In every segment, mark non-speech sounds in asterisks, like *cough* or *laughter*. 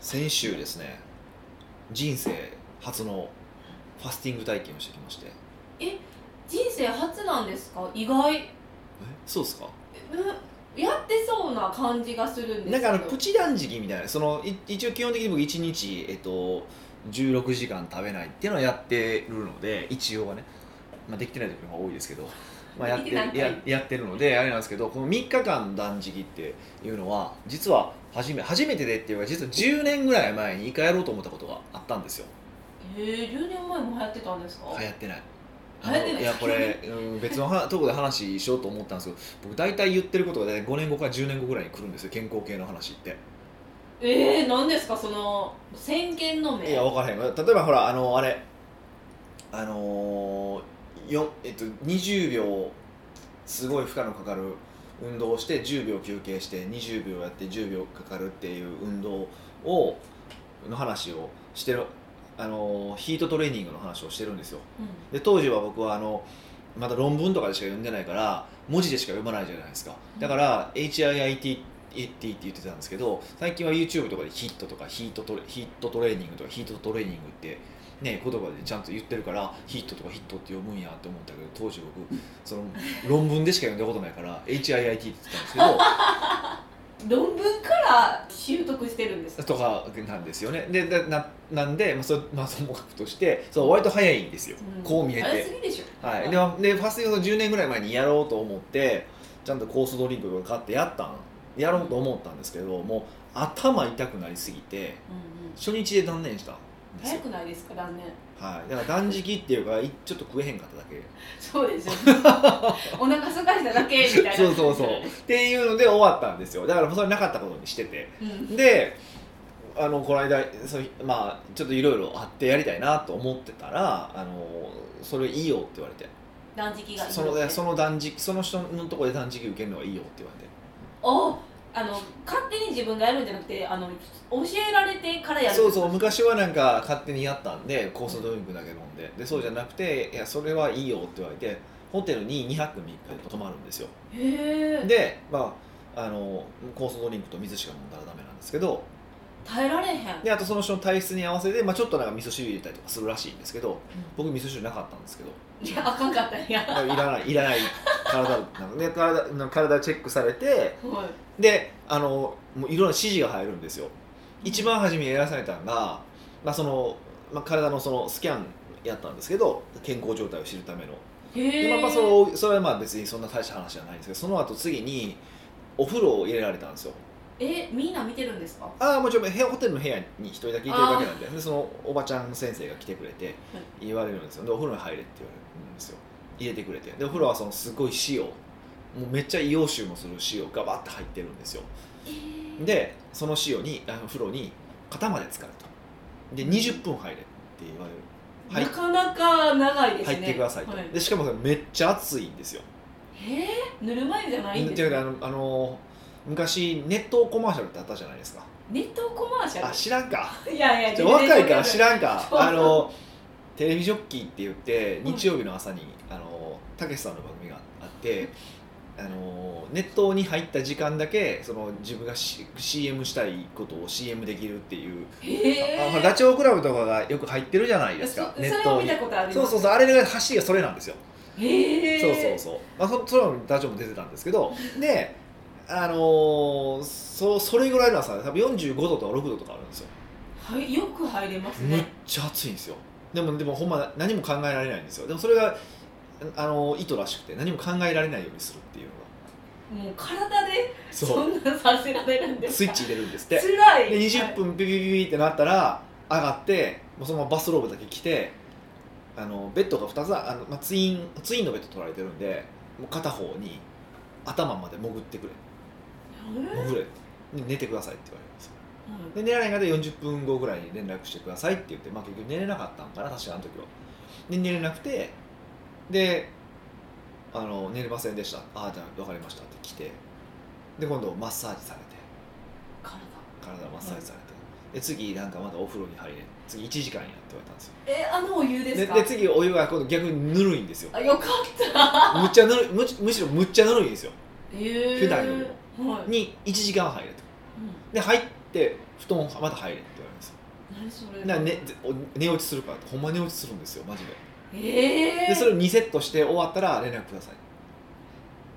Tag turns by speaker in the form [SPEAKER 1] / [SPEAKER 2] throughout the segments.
[SPEAKER 1] 先週ですね人生初のファスティング体験をしてきましてえ
[SPEAKER 2] 人生初なんですか意外え
[SPEAKER 1] そうですか
[SPEAKER 2] うんやってそうな感じがするんです
[SPEAKER 1] なんかあの
[SPEAKER 2] けど
[SPEAKER 1] プチ断食みたいなそのい一応基本的に僕1日、えっと、16時間食べないっていうのをやってるので一応はね、まあ、できてない時の方が多いですけ *laughs* ど、まあ、やっ
[SPEAKER 2] で
[SPEAKER 1] て
[SPEAKER 2] きてない
[SPEAKER 1] ややってるのであれなんですけどこの3日間断食っていうのは実は初め初めてでっていうか実は10年ぐらい前に1回やろうと思ったことがあったんですよ
[SPEAKER 2] えー、10年前も流行ってたんですか
[SPEAKER 1] 流行ってない
[SPEAKER 2] 流行ってない
[SPEAKER 1] やこれ、うん、別の *laughs* はとこで話しようと思ったんですけど僕大体言ってることが、ね、5年後から10年後ぐらいに来るんですよ健康系の話って
[SPEAKER 2] えー、何ですかその先見の明
[SPEAKER 1] いや分からへん例えばほらあのあれあのーよえっと、20秒すごい負荷のかかる運動をして10秒休憩して20秒やって10秒かかるっていう運動をの話をしてる、あのーヒートトレーニングの話をしてるんですよ
[SPEAKER 2] うん
[SPEAKER 1] で当時は僕はあのまだ論文とかでしか読んでないから文字でしか読まないじゃないですかだから、HIIT って言ってたんですけど最近は YouTube とかでヒットとかヒートトレヒットトレーニングとかヒートトレーニングって、ね、言葉でちゃんと言ってるからヒットとかヒットって読むんやって思ったけど当時僕その論文でしか読んだことないから HIIT って言ってたんですけど。
[SPEAKER 2] 論文から習得してるんですか
[SPEAKER 1] とかなんですよねででななんで、まあそまあ、その学としてそう割と早いんですよ、
[SPEAKER 2] ん
[SPEAKER 1] こう見えて
[SPEAKER 2] 早すぎでしょ
[SPEAKER 1] はい、ではでファスティングを10年ぐらい前にやろうと思ってちゃんと酵素ドリンクとか買ってやったんやろうと思ったんですけどもう頭痛くなりすぎて
[SPEAKER 2] うんうん
[SPEAKER 1] 初日で断念したんです
[SPEAKER 2] 早
[SPEAKER 1] よ、
[SPEAKER 2] くないですか
[SPEAKER 1] *laughs*
[SPEAKER 2] 断念
[SPEAKER 1] はい、だから断食っていうかいちょっと食えへんかっただけ
[SPEAKER 2] そうですよ *laughs* お腹すかしただけみたいな
[SPEAKER 1] そうそうそうっていうので終わったんですよだからそれなかったことにしてて
[SPEAKER 2] うん
[SPEAKER 1] であのこの間そうまあちょっといろいろあってやりたいなと思ってたらあのそれいいよって言われて
[SPEAKER 2] 断食がいい
[SPEAKER 1] そ
[SPEAKER 2] の
[SPEAKER 1] の
[SPEAKER 2] で
[SPEAKER 1] その断食その人のところで断食受けるのはいいよって言われて
[SPEAKER 2] おあの勝手に自分がやるんじゃなくてあの教えられてからやる
[SPEAKER 1] そうそう昔はなんか勝手にやったんで酵素ドリンクだけ飲んででそうじゃなくて「いやそれはいいよ」って言われてホテルに2泊3日で泊まるんですよ
[SPEAKER 2] へえ
[SPEAKER 1] でまああの酵素ドリンクと水しか飲んだらダメなんですけど
[SPEAKER 2] 耐えられへん、うん
[SPEAKER 1] であとその人の体質に合わせて、まあ、ちょっとなんか味噌汁入れたりとかするらしいんですけど僕味噌汁なかったんですけど
[SPEAKER 2] いやあかんかったんや、はい
[SPEAKER 1] らないいらない体なので体の体チェックされてであのもういろんな指示が入るんですよ
[SPEAKER 2] い、
[SPEAKER 1] 一番初めにやらされたのが、まあそのまあ、体のそのスキャンやったんですけど健康状態を知るための
[SPEAKER 2] へ
[SPEAKER 1] で、
[SPEAKER 2] え
[SPEAKER 1] まあまあ、それをそれはまあ別にそんな大した話じゃないんですけどその後次にお風呂を入れられたんですよ
[SPEAKER 2] えみんな見てるんですか
[SPEAKER 1] ああもちろん部屋ホテルの部屋に一人だけいてるだけなんででそのおばちゃんの先生が来てくれて言われるんですよでお風呂に入れって言われるんですよ入れてくれてでお風呂はそのすごい塩もうめっちゃ硫黄臭もする塩がバッて入ってるんですよ
[SPEAKER 2] えー
[SPEAKER 1] でその塩にあ風呂に肩まで浸かるとで20分入れって言われる入
[SPEAKER 2] なかなか長いですね
[SPEAKER 1] 入ってくださいと、
[SPEAKER 2] はい
[SPEAKER 1] でしかもそれめっちゃ熱いんですよ
[SPEAKER 2] えーぬるま湯じゃないん
[SPEAKER 1] っ
[SPEAKER 2] で
[SPEAKER 1] てい
[SPEAKER 2] す
[SPEAKER 1] うか
[SPEAKER 2] か
[SPEAKER 1] あのあの昔熱湯コマーシャルってあったじゃないですか
[SPEAKER 2] ネットコマーシ
[SPEAKER 1] あ
[SPEAKER 2] ャ
[SPEAKER 1] 知らんか
[SPEAKER 2] ルいやいや
[SPEAKER 1] ちょ若いから知
[SPEAKER 2] ら
[SPEAKER 1] らんか
[SPEAKER 2] そう
[SPEAKER 1] あのテレビジョッキーって言って日曜日の朝にあのたけしさんの番組があってあの熱湯に入った時間だけその自分がし CM したいことを CM できるっていうあ
[SPEAKER 2] へ
[SPEAKER 1] まあ
[SPEAKER 2] え
[SPEAKER 1] ダチョウ倶楽部とかがよく入ってるじゃないですか
[SPEAKER 2] そ
[SPEAKER 1] 熱
[SPEAKER 2] それを
[SPEAKER 1] 湯
[SPEAKER 2] 見
[SPEAKER 1] に
[SPEAKER 2] たことある
[SPEAKER 1] そうそうそうあれが走りがそれなんですよ、
[SPEAKER 2] うへえ
[SPEAKER 1] そうそうそう、まあ、そそれはダチョウも出てたんですけどであのーそそれぐらいの朝多分45度とか6度とかあるんですよ
[SPEAKER 2] はいよく入れます
[SPEAKER 1] めっ
[SPEAKER 2] ね
[SPEAKER 1] ちゃ暑いんですよでもでもほんま何も考えられないんですよでもそれがあのー意図らしくて何も考えられないようにするっていうのが
[SPEAKER 2] もう体でそ
[SPEAKER 1] そ
[SPEAKER 2] んなさせられるんで
[SPEAKER 1] う
[SPEAKER 2] す
[SPEAKER 1] スイッ
[SPEAKER 2] か
[SPEAKER 1] チ入れるんですって
[SPEAKER 2] つらい
[SPEAKER 1] で20分ビビビビってなったら上がってもうそのままバスローブだけ着てあのベッドが2つああの、まあ、ツインツインのベッド取られてるんでもう片方に頭まで潜ってく
[SPEAKER 2] うん
[SPEAKER 1] れ潜れで寝てくださいって言われるんですよで寝られない方で40分後ぐらいに連絡してくださいって言って、まあ、結局寝れなかったんかな確かあの時はで寝れなくてであの「寝れませんでした」「ああじゃあ分かりました」って来てで今度マッサージされて
[SPEAKER 2] 体
[SPEAKER 1] 体マッサージされて、で次なんかまたお風呂に入れ次1時間やって言われたんですよ
[SPEAKER 2] えあのお湯です
[SPEAKER 1] で
[SPEAKER 2] か
[SPEAKER 1] で次お湯が今度逆にぬるいんですよ
[SPEAKER 2] あよかった
[SPEAKER 1] むっちゃぬるいむむしろむっちゃぬるいんですよ
[SPEAKER 2] ええ
[SPEAKER 1] 普段より
[SPEAKER 2] もはい、
[SPEAKER 1] に1時間入れと
[SPEAKER 2] うん
[SPEAKER 1] で入って布団まだ入れって言われるんですよ
[SPEAKER 2] 何それ
[SPEAKER 1] なね、お寝落ちするからってほんま寝落ちするんですよマジで
[SPEAKER 2] ええ
[SPEAKER 1] でそれを2セットして終わったら連絡ください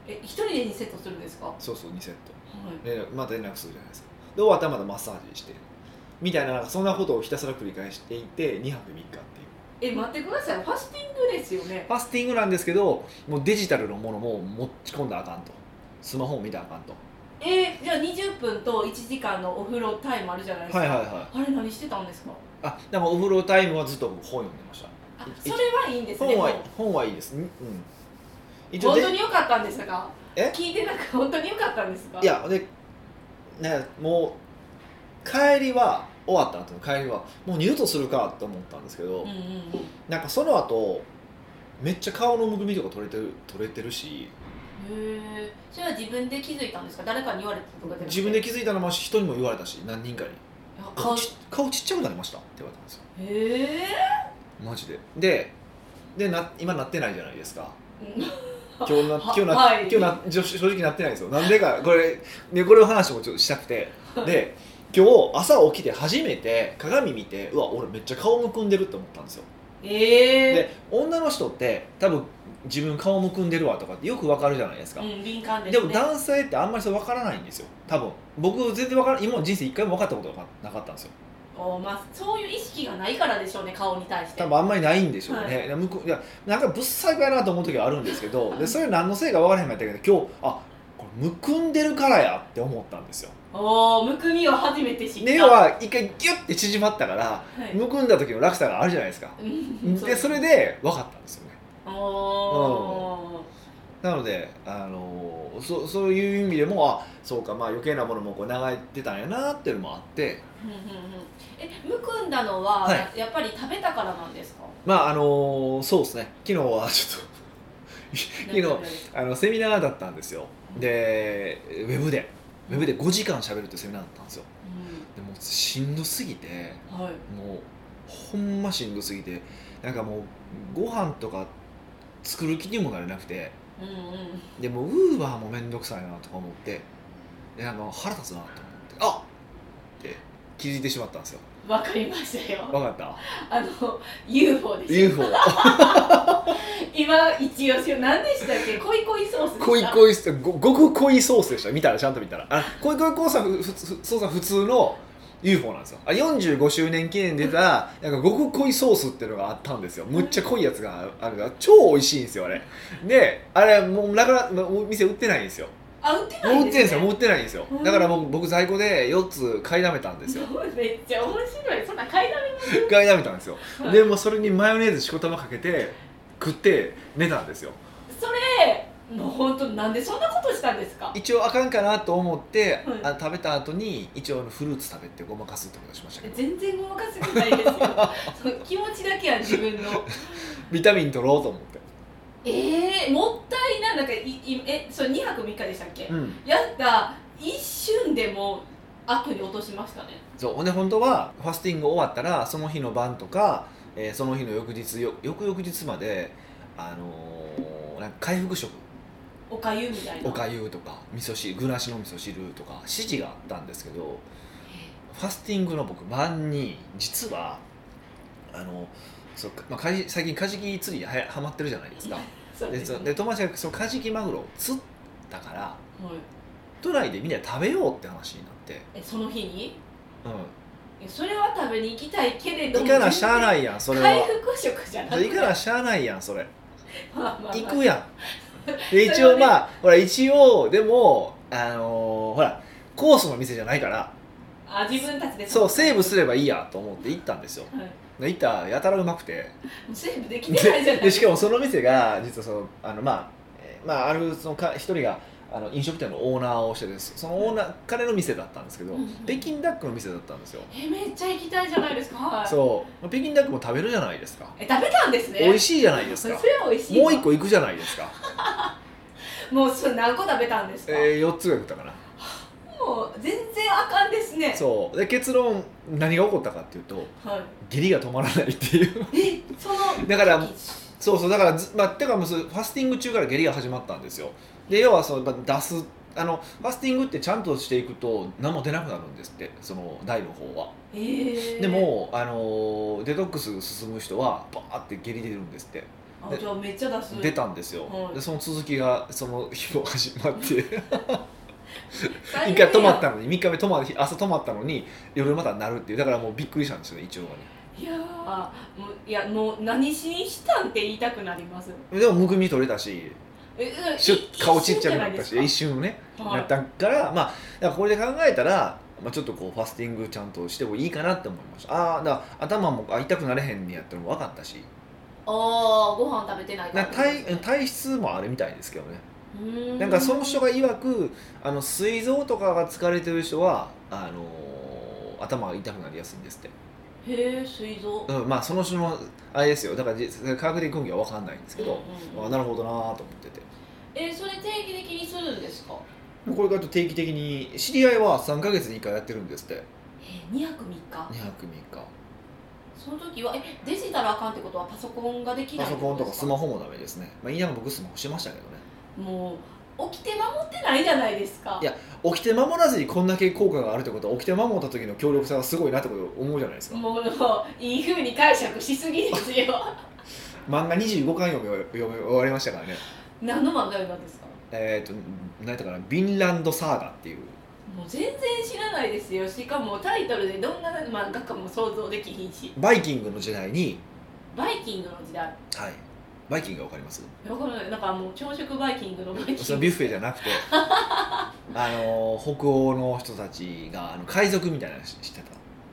[SPEAKER 2] え一人で2セットするんですかは
[SPEAKER 1] そうそう2セット
[SPEAKER 2] い
[SPEAKER 1] 連絡また連絡するじゃないですかで終わったらまたマッサージしてみたいななんかそんなことをひたすら繰り返していて2泊3日っていう
[SPEAKER 2] え待ってくださいファスティングですよね
[SPEAKER 1] ファスティングなんですけどもうデジタルのものも持ち込んだらあかんとスマホを見たらあかんと
[SPEAKER 2] えー、じゃあ20分と1時間のお風呂タイムあるじゃないですか、
[SPEAKER 1] はいはいはい
[SPEAKER 2] あれ何してたんですか
[SPEAKER 1] あでもお風呂タイムはずっと僕本読んでました
[SPEAKER 2] あ
[SPEAKER 1] い
[SPEAKER 2] それはいいんですね
[SPEAKER 1] 本
[SPEAKER 2] もう
[SPEAKER 1] は本はいいですうんうん一応
[SPEAKER 2] 本
[SPEAKER 1] で
[SPEAKER 2] 当に良かったんですか
[SPEAKER 1] え
[SPEAKER 2] 聞いてなくて本当に良か *laughs* ったんですか
[SPEAKER 1] いやでねもう帰りは終わった後の帰りはもう二度とするかと思ったんですけど、
[SPEAKER 2] うんうんうん
[SPEAKER 1] なんかその後めっちゃ顔のむくみとか取れてる取れてるし
[SPEAKER 2] へえそれは自分で気づいたんですか誰かに言われたとかじゃなくて
[SPEAKER 1] 自分で気づいたのも人にも言われたし何人かに
[SPEAKER 2] あ
[SPEAKER 1] 「
[SPEAKER 2] 顔
[SPEAKER 1] 顔ち顔ちっちゃくなりました」って言われたんですよ
[SPEAKER 2] へ
[SPEAKER 1] マジでででな今なってないじゃないですか
[SPEAKER 2] え
[SPEAKER 1] 今日な今日な、
[SPEAKER 2] はい
[SPEAKER 1] 今日なじょ正直なってないんですよなんでかこれねこれを話もちょっとしたくてで今日朝起きて初めて鏡見てうわ俺めっちゃ顔むくんでるって思ったんですよ
[SPEAKER 2] ええ
[SPEAKER 1] で女の人って多分自分顔むくんでるわとかってよくわかるじゃないですか、
[SPEAKER 2] うん敏感です
[SPEAKER 1] で
[SPEAKER 2] ね
[SPEAKER 1] も男性ってあんまりそれ分からないんですよ多分僕全然分から今の人生一回も分かったことがなかったんですよ
[SPEAKER 2] おまあそういう意識がないからでしょうね顔に対して
[SPEAKER 1] 多分あんまりないんでしょうね、向こういやなんかぶっさいかやなと思う時はあるんですけどでそれ何のせいか分からへんかったけど今日あこれむくんでるからやって思ったんですよ
[SPEAKER 2] おおむくみを初めて知った
[SPEAKER 1] 根は一回ギュッて縮まったから
[SPEAKER 2] はい
[SPEAKER 1] むくんだ時の落差があるじゃないですか
[SPEAKER 2] うん
[SPEAKER 1] でそれで分かったんですよね
[SPEAKER 2] おお
[SPEAKER 1] なので、あのーそそういう意味でもあそうか、まあ、余計なものもこう流れてたんやなっていうのもあって、
[SPEAKER 2] うんうんうんえむくんだのは、
[SPEAKER 1] は
[SPEAKER 2] やっぱり食べたからなんですか
[SPEAKER 1] まああのーそうですね昨日はちょっと昨日あのセミナーだったんですよでウェブでウェブで5時間しゃべるっていうセミナーだったんですよでもうしんどすぎて
[SPEAKER 2] うんはい
[SPEAKER 1] もうほんましんどすぎてなんかもうご飯とか作る気にもなれなくて
[SPEAKER 2] うんうん
[SPEAKER 1] でもウーバーも面倒くさいなとか思ってでなんか腹立つなと思ってあっって気づいてしまったんですよ
[SPEAKER 2] わかりましたよ
[SPEAKER 1] わかった
[SPEAKER 2] あの UFO です
[SPEAKER 1] UFO
[SPEAKER 2] 今一押しは何でしたっけコイコイソースでした
[SPEAKER 1] 恋恋ソースごごく濃いソースでした見たらちゃんと見たらあ恋恋コースはふふソースは普通の UFO なんですよあ45周年記念で出たなんか極濃いソースっていうのがあったんですよむっちゃ濃いやつがあるから超美味しいんですよあれであれもうなかなかもう店売ってないんですよ
[SPEAKER 2] あ売ってな
[SPEAKER 1] も
[SPEAKER 2] い
[SPEAKER 1] うん売ってん
[SPEAKER 2] で
[SPEAKER 1] です
[SPEAKER 2] す
[SPEAKER 1] よ
[SPEAKER 2] ね
[SPEAKER 1] もう売ってないんですよだから僕僕在庫で4つ買いだめたんですよ
[SPEAKER 2] *laughs* めっちゃ面白いそんな階段
[SPEAKER 1] 買いだめたんですよ
[SPEAKER 2] はい
[SPEAKER 1] でもうそれにマヨネーズしこたまかけて食って寝たんですよ
[SPEAKER 2] それもう本当なんでそんなことしたんですか
[SPEAKER 1] 一応あかんかなと思って、
[SPEAKER 2] はい
[SPEAKER 1] あ食べた後に一応あのフルーツ食べてごまかすってことしましたけど
[SPEAKER 2] 全然ごまかせてないですよその気持ちだけは自分
[SPEAKER 1] *laughs*
[SPEAKER 2] の
[SPEAKER 1] ビタミン取ろうと思って、
[SPEAKER 2] えー、もったいないなんかいいえそれ2泊3日でしたっけ、
[SPEAKER 1] うん、
[SPEAKER 2] やった一瞬でも悪に落としましたね
[SPEAKER 1] そうほんで本当はファスティング終わったらその日の晩とか、えーその日の翌日よ翌々日まで、あのーなんか回復食
[SPEAKER 2] おかゆみたいな
[SPEAKER 1] おかゆとか味噌汁具なしの味噌汁とか指示があったんですけどファスティングの僕晩に実はあのそうかまあ、かじ最近カジキ釣りはやハマってるじゃないですか
[SPEAKER 2] そう
[SPEAKER 1] で
[SPEAKER 2] で
[SPEAKER 1] そ
[SPEAKER 2] す
[SPEAKER 1] う
[SPEAKER 2] ね
[SPEAKER 1] で友達がそのカジキマグロを釣ったから
[SPEAKER 2] はい
[SPEAKER 1] 都内でみんなで食べようって話になって、
[SPEAKER 2] えその日に
[SPEAKER 1] う
[SPEAKER 2] えそれは食べに行きたいけれど
[SPEAKER 1] ん、
[SPEAKER 2] も
[SPEAKER 1] 行かなしゃあ
[SPEAKER 2] い
[SPEAKER 1] ないやんそれ
[SPEAKER 2] 回
[SPEAKER 1] は
[SPEAKER 2] 復食じゃなく
[SPEAKER 1] 行
[SPEAKER 2] て
[SPEAKER 1] かなしゃあないやんそれ
[SPEAKER 2] まあまあまあ
[SPEAKER 1] 行くや *laughs* んで一応まあほら一応でもあのーほらコースの店じゃないから
[SPEAKER 2] あ自分たちで
[SPEAKER 1] そうセーブすればいいやと思って行ったんですよ
[SPEAKER 2] はいも
[SPEAKER 1] で行ったらやたらうまくて
[SPEAKER 2] うセーブできてないじゃ
[SPEAKER 1] で
[SPEAKER 2] *laughs* ない
[SPEAKER 1] でしかもその店が実はそのあのまあ、えーまあ、あるそのか一人があの飲食店のオーナーをしててそのオーナー彼の店だったんですけど、
[SPEAKER 2] うんうん
[SPEAKER 1] 北京ダックの店だったんですよ、
[SPEAKER 2] えめっちゃ行きたいじゃないですかはい
[SPEAKER 1] そう北京ダックも食べるじゃないですか
[SPEAKER 2] え食べたんですね
[SPEAKER 1] 美味
[SPEAKER 2] し
[SPEAKER 1] しいじゃないですか
[SPEAKER 2] それは美味しい
[SPEAKER 1] もう一個行くじゃないですか、
[SPEAKER 2] 個もうそれ何個食べたんですか、
[SPEAKER 1] え4つが食ったかな
[SPEAKER 2] もう全然あかんですね
[SPEAKER 1] そうで結論何が起こったかっていうと
[SPEAKER 2] はい
[SPEAKER 1] 下痢が止まらないっていう
[SPEAKER 2] えその
[SPEAKER 1] だから
[SPEAKER 2] 時
[SPEAKER 1] そうそうだからずまあてかもうそれファスティング中から下痢が始まったんですよで要はそのまあ出すあのファスティングってちゃんとしていくと何も出なくなるんですってその大の方は
[SPEAKER 2] えー、
[SPEAKER 1] でもあのデトックス進む人はバーって下痢出るんですって
[SPEAKER 2] あじゃあめっちゃ出す
[SPEAKER 1] 出たんですよ、
[SPEAKER 2] はい
[SPEAKER 1] でその続きがその日も始まって
[SPEAKER 2] 大
[SPEAKER 1] 一
[SPEAKER 2] 変
[SPEAKER 1] 回止まったのに3日目止ま朝止まったのに夜またなるっていうだからもうびっくりしたんですよね一応はね
[SPEAKER 2] いやーもういやもう何しにしたんって言いたくなります
[SPEAKER 1] でもむくみ取れたし
[SPEAKER 2] えうん
[SPEAKER 1] シュ
[SPEAKER 2] い
[SPEAKER 1] ッ顔ちっちゃくなったし一
[SPEAKER 2] 一
[SPEAKER 1] 瞬ね、
[SPEAKER 2] 瞬じゃない
[SPEAKER 1] なっ
[SPEAKER 2] ですか
[SPEAKER 1] たからまあだからこれで考えたら、まあ、ちょっとこうファスティングちゃんとしてもいいかなって思いましたああだから頭もあ痛くなれへんねやってのも分かったし
[SPEAKER 2] はいあーご飯食べてないか
[SPEAKER 1] な
[SPEAKER 2] ら
[SPEAKER 1] 体体質もあるみたいですけどね
[SPEAKER 2] うー
[SPEAKER 1] なんかその人が曰くあの膵臓とかが疲れてる人はあのー頭が痛くなりやすいんですって、
[SPEAKER 2] へえ膵臓
[SPEAKER 1] うん、まあその人のあれですよだから実科学的根拠は分かんないんですけど、
[SPEAKER 2] うんうん
[SPEAKER 1] あなるほどなーと思ってて
[SPEAKER 2] えそれ定期的にするんですか
[SPEAKER 1] これから定期的に知り合いは3ヶ月に1回やってるんですって
[SPEAKER 2] え2泊3日
[SPEAKER 1] 2泊3日
[SPEAKER 2] その時はえデジタルあかんってことはパソコンができな
[SPEAKER 1] パ
[SPEAKER 2] い
[SPEAKER 1] ソ
[SPEAKER 2] って
[SPEAKER 1] コ
[SPEAKER 2] こ
[SPEAKER 1] ン
[SPEAKER 2] で
[SPEAKER 1] と
[SPEAKER 2] す
[SPEAKER 1] かスマホもダメですね、まあ、言いながら僕スマホしましたけどね
[SPEAKER 2] もう起きて守ってないじゃないですか
[SPEAKER 1] いや起きて守らずにこんだけ効果があるってことは起きて守った時の強力さがすごいなってことを思うじゃないですか
[SPEAKER 2] もういいふうに解釈しすぎですよ *laughs*
[SPEAKER 1] 漫画25巻読み読み終わりましたからね
[SPEAKER 2] 何の漫画読んだんですか
[SPEAKER 1] えっ、と何やったかな「ビンランドサーガ」っていう
[SPEAKER 2] もう全然知らないですよしかもタイトルでどんな漫画かも想像できひんし
[SPEAKER 1] バイキングの時代に
[SPEAKER 2] バイキングの時代
[SPEAKER 1] はいバイキングが分かります
[SPEAKER 2] わかんないなんかもう朝食バイキングのバイキ
[SPEAKER 1] その
[SPEAKER 2] ング
[SPEAKER 1] ビュッフェじゃなくて *laughs* あの北欧の人たちがあの海賊みたいなのして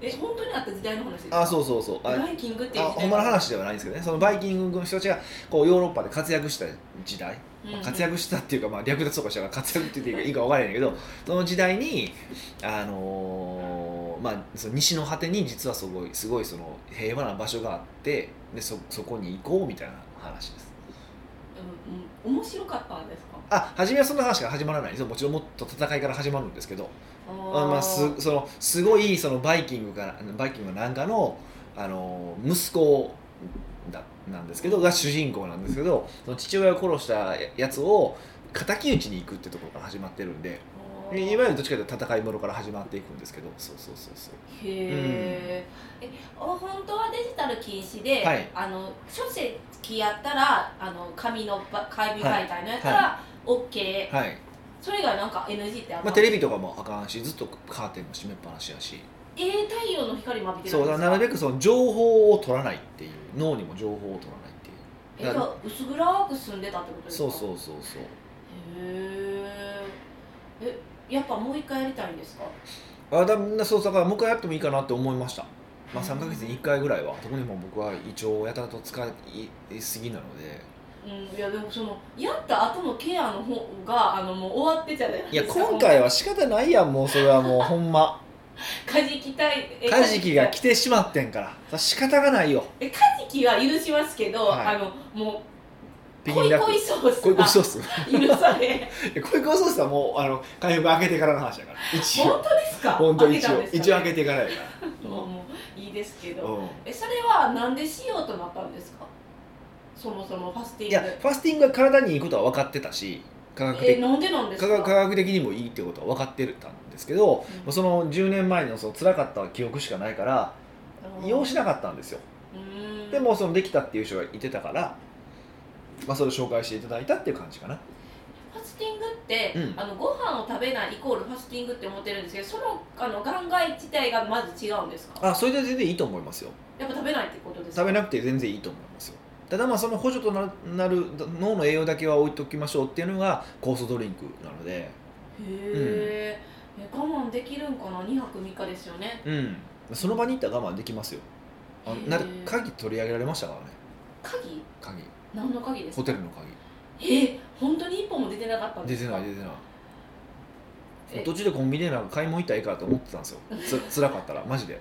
[SPEAKER 2] え本当にあった時代の話です
[SPEAKER 1] た
[SPEAKER 2] か
[SPEAKER 1] あそうそうそうあ
[SPEAKER 2] バイキングってい
[SPEAKER 1] あ
[SPEAKER 2] う時代
[SPEAKER 1] ほんまの話ではないんですけどねそのバイキングの人たちがこうヨーロッパで活躍した時代、
[SPEAKER 2] うんうん
[SPEAKER 1] 活躍したっていうか、まあ、略奪とかしたから活躍って言っていいか分からないんだけどその時代に、あのーまあ、その西の果てに実はすごいすごいその平和な場所があってでそそこに行こうみたいな話です
[SPEAKER 2] うんうん面白かったんですか
[SPEAKER 1] あ初めはそんな話が始まらないですよもちろんもっと戦いから始まるんですけど
[SPEAKER 2] あ
[SPEAKER 1] あ
[SPEAKER 2] ー
[SPEAKER 1] まあ、すそのすごいそのバイキングかバイキングなんかのあの息子だなんですけどが主人公なんですけどその父親を殺したやつを敵討ちに行くってところから始まってるんで
[SPEAKER 2] あー
[SPEAKER 1] いわゆるどっちかというと戦いものから始まっていくんですけどそうそうそうそう
[SPEAKER 2] へーえお本当はデジタル禁止で、
[SPEAKER 1] はい
[SPEAKER 2] あの書籍やったらあの紙のば紙媒体のやった
[SPEAKER 1] は
[SPEAKER 2] ら OK、
[SPEAKER 1] はい、
[SPEAKER 2] それ以外なんか NG ってあん
[SPEAKER 1] まあ、テレビとかもあかんしずっとカーテンも閉めっぱなしやし
[SPEAKER 2] えー、太陽の光も浴びてる
[SPEAKER 1] そ
[SPEAKER 2] ん
[SPEAKER 1] う
[SPEAKER 2] で
[SPEAKER 1] だ
[SPEAKER 2] す
[SPEAKER 1] か
[SPEAKER 2] から
[SPEAKER 1] なるべくその情報を取らないっていう脳にも情報を取らないっていう
[SPEAKER 2] えじゃあ薄暗く住んでたってことですか
[SPEAKER 1] そう
[SPEAKER 2] う
[SPEAKER 1] そうそうそう
[SPEAKER 2] へーえやっぱもう一回やりたいんですか
[SPEAKER 1] あだみんなそうだからもう一回やってもいいかなって思いました、まあ、3ヶ月に1回ぐらいは特にもう僕は胃腸をやたらと使いすぎなので
[SPEAKER 2] うんいやでもそのやった後のケアの方があのもう終わってちゃうじゃない
[SPEAKER 1] いや
[SPEAKER 2] ですか
[SPEAKER 1] 今回は仕方ないやんもうそれはもうほんま
[SPEAKER 2] カジキ対え
[SPEAKER 1] カジキが来てしまってんからそれは仕方がないよ
[SPEAKER 2] えカジキは許しますけど、
[SPEAKER 1] はい
[SPEAKER 2] あのもう
[SPEAKER 1] ピ
[SPEAKER 2] コ
[SPEAKER 1] ン
[SPEAKER 2] イ
[SPEAKER 1] ラッ
[SPEAKER 2] コ
[SPEAKER 1] ク
[SPEAKER 2] イソース
[SPEAKER 1] コイコイソ
[SPEAKER 2] が
[SPEAKER 1] ース *laughs* い
[SPEAKER 2] 許され
[SPEAKER 1] やコイコイソースはもうあの開封開けてからの話だから一
[SPEAKER 2] 本
[SPEAKER 1] 応
[SPEAKER 2] 当ですか
[SPEAKER 1] 本当
[SPEAKER 2] 開け
[SPEAKER 1] 一
[SPEAKER 2] たん
[SPEAKER 1] 応
[SPEAKER 2] ですかね
[SPEAKER 1] 一応開けてからやか
[SPEAKER 2] もうもういいですけ
[SPEAKER 1] ら、
[SPEAKER 2] ど
[SPEAKER 1] うん
[SPEAKER 2] えそれはなんでしようとなったんですかそもそもファスティン
[SPEAKER 1] い
[SPEAKER 2] グ
[SPEAKER 1] やファスティングが体にいいことは分かってたし科学的
[SPEAKER 2] えなんでなんです
[SPEAKER 1] 科
[SPEAKER 2] か
[SPEAKER 1] 学科学的にもいいってことは分かってたんですけど、
[SPEAKER 2] うん
[SPEAKER 1] その10年前のその辛かった記憶しかないから要しなかったんですよ、
[SPEAKER 2] うーん
[SPEAKER 1] でもそのできたっていう人がいてたから、まあ、それを紹介していただいたっていう感じかな
[SPEAKER 2] ファスティングって、
[SPEAKER 1] うん
[SPEAKER 2] あのご飯を食べないイコールファスティングって思ってるんですけどそのあの考え自体がまず違うんですか
[SPEAKER 1] あそれで全然いいと思いますよ
[SPEAKER 2] やっぱ食べないってことですか
[SPEAKER 1] 食べなくて全然いいと思いますよただまあその補助とななる脳の栄養だけは置いておきましょうっていうのが酵素ドリンクなので
[SPEAKER 2] へーえ我慢できるんかな2泊3日ですよね
[SPEAKER 1] うんその場に行ったら我慢できますよあのなんか
[SPEAKER 2] へー
[SPEAKER 1] 鍵取り上げられましたからね
[SPEAKER 2] 鍵
[SPEAKER 1] 鍵
[SPEAKER 2] 何の鍵です
[SPEAKER 1] ホ
[SPEAKER 2] か
[SPEAKER 1] テルの鍵
[SPEAKER 2] えー、本当に一本も出てなかったんで
[SPEAKER 1] 出
[SPEAKER 2] す
[SPEAKER 1] て
[SPEAKER 2] か
[SPEAKER 1] ない出てない
[SPEAKER 2] え
[SPEAKER 1] 途中でコンビニでなんか買い物行ったらいいかと思ってたんですよつ辛かったらマジで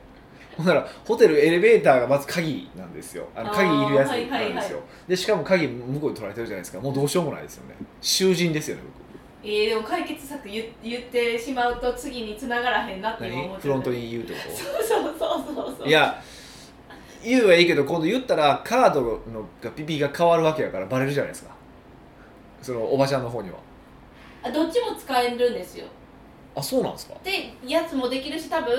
[SPEAKER 1] ほんならホテルエレベーターがまず鍵なんですよあの
[SPEAKER 2] あー
[SPEAKER 1] 鍵いるやつなんで
[SPEAKER 2] は
[SPEAKER 1] す
[SPEAKER 2] い
[SPEAKER 1] よ、
[SPEAKER 2] はいはい
[SPEAKER 1] でしかも鍵向こうに取られてるじゃないですかもうどうしようもないですよね囚人ですよね
[SPEAKER 2] えー、でも解決策言言ってしまうと次に繋がらへんなっ
[SPEAKER 1] 僕
[SPEAKER 2] て今思
[SPEAKER 1] 何
[SPEAKER 2] っ
[SPEAKER 1] フ
[SPEAKER 2] てる
[SPEAKER 1] ロントに言うってこ
[SPEAKER 2] そうそうそうそうそう
[SPEAKER 1] といや言うはいいけど今度言ったらカードのがピピが変わるわけやからバレるじゃないですかそのおばちゃんの方には
[SPEAKER 2] あどっちも使えるんですよ
[SPEAKER 1] あそうなんですか
[SPEAKER 2] でやつもできるし多分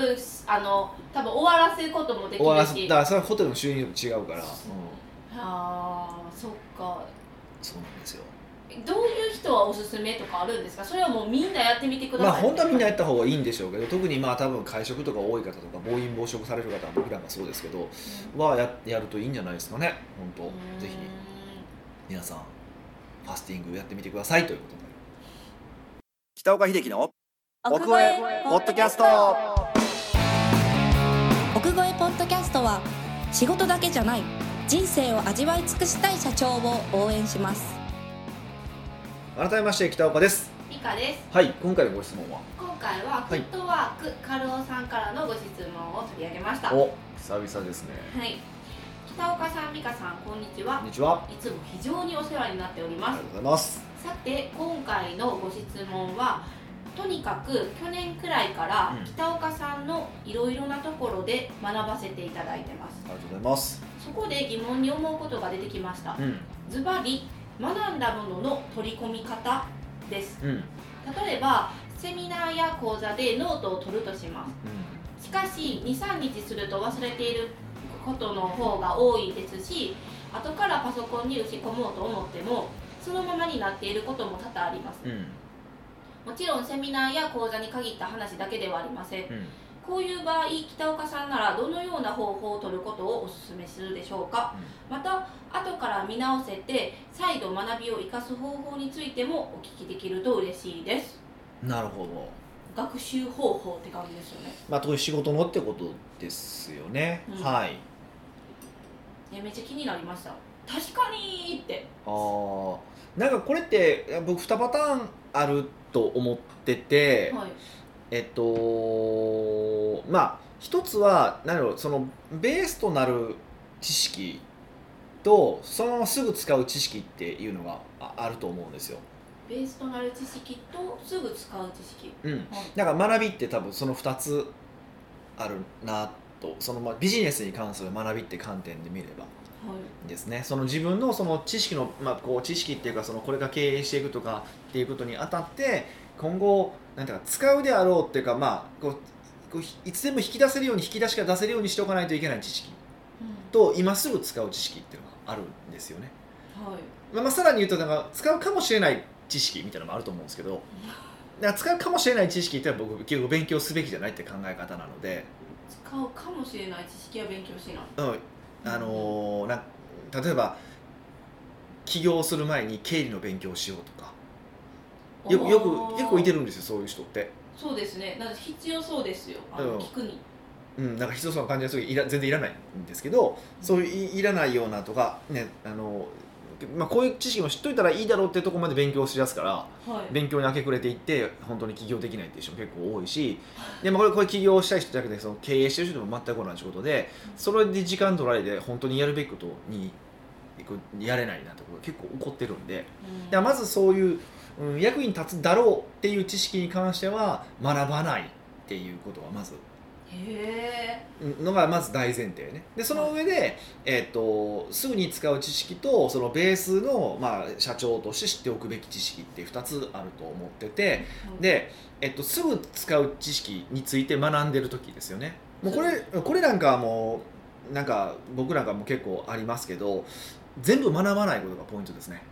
[SPEAKER 2] あの多分終わらせることもでき
[SPEAKER 1] 終わら
[SPEAKER 2] る
[SPEAKER 1] せ
[SPEAKER 2] し
[SPEAKER 1] だからそれはホテルの収入も違うから、うん、
[SPEAKER 2] あーそっか
[SPEAKER 1] そうなんですよ
[SPEAKER 2] どういう人はおすすめとかあるんですかそれはもうみんなやってみてくださ
[SPEAKER 1] ま
[SPEAKER 2] い
[SPEAKER 1] あ本当はみんなや
[SPEAKER 2] っ
[SPEAKER 1] った方がいいんでしょうけど特にまあ多分会食とか多い方とか暴飲暴食される方は僕らがそうですけどはややるといいんじゃないですかね本当ぜひ皆さんファスティングやってみてくださいということになります北岡秀樹の奥越えポッドキャスト
[SPEAKER 3] 奥越えポッドキャストは仕事だけじゃない人生を味わい尽くしたい社長を応援します
[SPEAKER 1] 改めまして北岡です
[SPEAKER 2] 以下です
[SPEAKER 1] はい今回のご質問は
[SPEAKER 2] 今回はフ
[SPEAKER 1] い
[SPEAKER 2] ットワーク、カルオさんからのご質問を取り上げましたは
[SPEAKER 1] お久々ですね
[SPEAKER 2] い北岡さん美香さんこんにち
[SPEAKER 1] こ
[SPEAKER 2] は
[SPEAKER 1] んにちはあ
[SPEAKER 2] いつも非常にお世話になっており
[SPEAKER 1] り
[SPEAKER 2] ま
[SPEAKER 1] が
[SPEAKER 2] す
[SPEAKER 1] とうございます
[SPEAKER 2] さて今回のご質問はとにかく去年くらいから
[SPEAKER 1] うん
[SPEAKER 2] 北岡さんのいろいろなところで学ばせていただいてます
[SPEAKER 1] ありがとうございます
[SPEAKER 2] そこで疑問に思うことが出てきました
[SPEAKER 1] うん
[SPEAKER 2] ズバリ学んだものの取り込み方です
[SPEAKER 1] うんうん
[SPEAKER 2] 例えばセミナーや講座でノートを取るとしますしかし23日すると忘れていることの方が多いですし後からパソコンに打ち込もうと思ってもそのままになっていることも多々あります、
[SPEAKER 1] うん
[SPEAKER 2] もちろんセミナーや講座に限った話だけではありません
[SPEAKER 1] うん
[SPEAKER 2] こういう場合北岡さんならどのような方法を取ることをお勧めするでしょうかまた後から見直せて再度学びを生かす方法についてもお聞きできると嬉しいです
[SPEAKER 1] うんなるほど
[SPEAKER 2] 学習方法って感じですよね
[SPEAKER 1] まあ特に仕事のってことですよね、
[SPEAKER 2] うん
[SPEAKER 1] はい
[SPEAKER 2] えめっちゃ気になりました確かにーって
[SPEAKER 1] あーなんかこれって僕2パターンあると思ってて、
[SPEAKER 2] はい
[SPEAKER 1] えっとまあ一つは何だろうそのベースとなる知識とそのまますぐ使う知識っていうのがああると思うんですよ。
[SPEAKER 2] ベースとなる知識とすぐ使う知識
[SPEAKER 1] うん、
[SPEAKER 2] はい
[SPEAKER 1] だから学びって多分その2つあるなとそのまあビジネスに関する学びって観点で見れば。ですねその自分のその知識の、まあ、こう知識っていうかそのこれが経営していくとかっていうことにあたって今後なんていうか使うであろうっていうかまあこうこうひいつでも引き出せるように引き出しが出せるようにしておかないといけない知識
[SPEAKER 2] は
[SPEAKER 1] と今すぐ使う知識っていうのがあるんですよね、
[SPEAKER 2] い、はい、
[SPEAKER 1] まあ、まあさらに言うとなんか使うかもしれない知識みたいなのもあると思うんですけどだから使うかもしれない知識っていうのは僕結構勉強すべきじゃないって考え方なので、
[SPEAKER 2] 使うかもしれない知識は勉強しない
[SPEAKER 1] うんあのーな例えば起業する前に経理の勉強をしようとかよくよくよくいて
[SPEAKER 2] る
[SPEAKER 1] るんですよそういう人って、
[SPEAKER 2] そうですねなんか必要そうですよあ
[SPEAKER 1] うん
[SPEAKER 2] の聞くに
[SPEAKER 1] うん、なんか人その感じがすごいいら全然いらないんですけどそういういいらないようなとか、ねあのーまあ、こういう知識も知っといたらいいだろうってとこまで勉強しだすから
[SPEAKER 2] はい
[SPEAKER 1] 勉強に明け暮れていって本当に起業できないっていう人も結構多いしでもこれこれ起業したい人だけでその経営してる人でも全く同じことでそれで時間取られて本当にやるべきことにこうやれないなってことが結構起こってるんで
[SPEAKER 2] うん
[SPEAKER 1] だからまずそういう、うん、役に立つだろうっていう知識に関しては学ばないっていうことがまず
[SPEAKER 2] へえ
[SPEAKER 1] うんのがまず大前提ねでその上で、えー、とすぐに使う知識とそのベースの、まあ、社長として知っておくべき知識って2つあると思っててで、えっと、すぐ使う知識について学んでる時ですよねもうこれこれなんかはもうなんか僕なんかも結構ありますけど全部学ばないことがポイントですね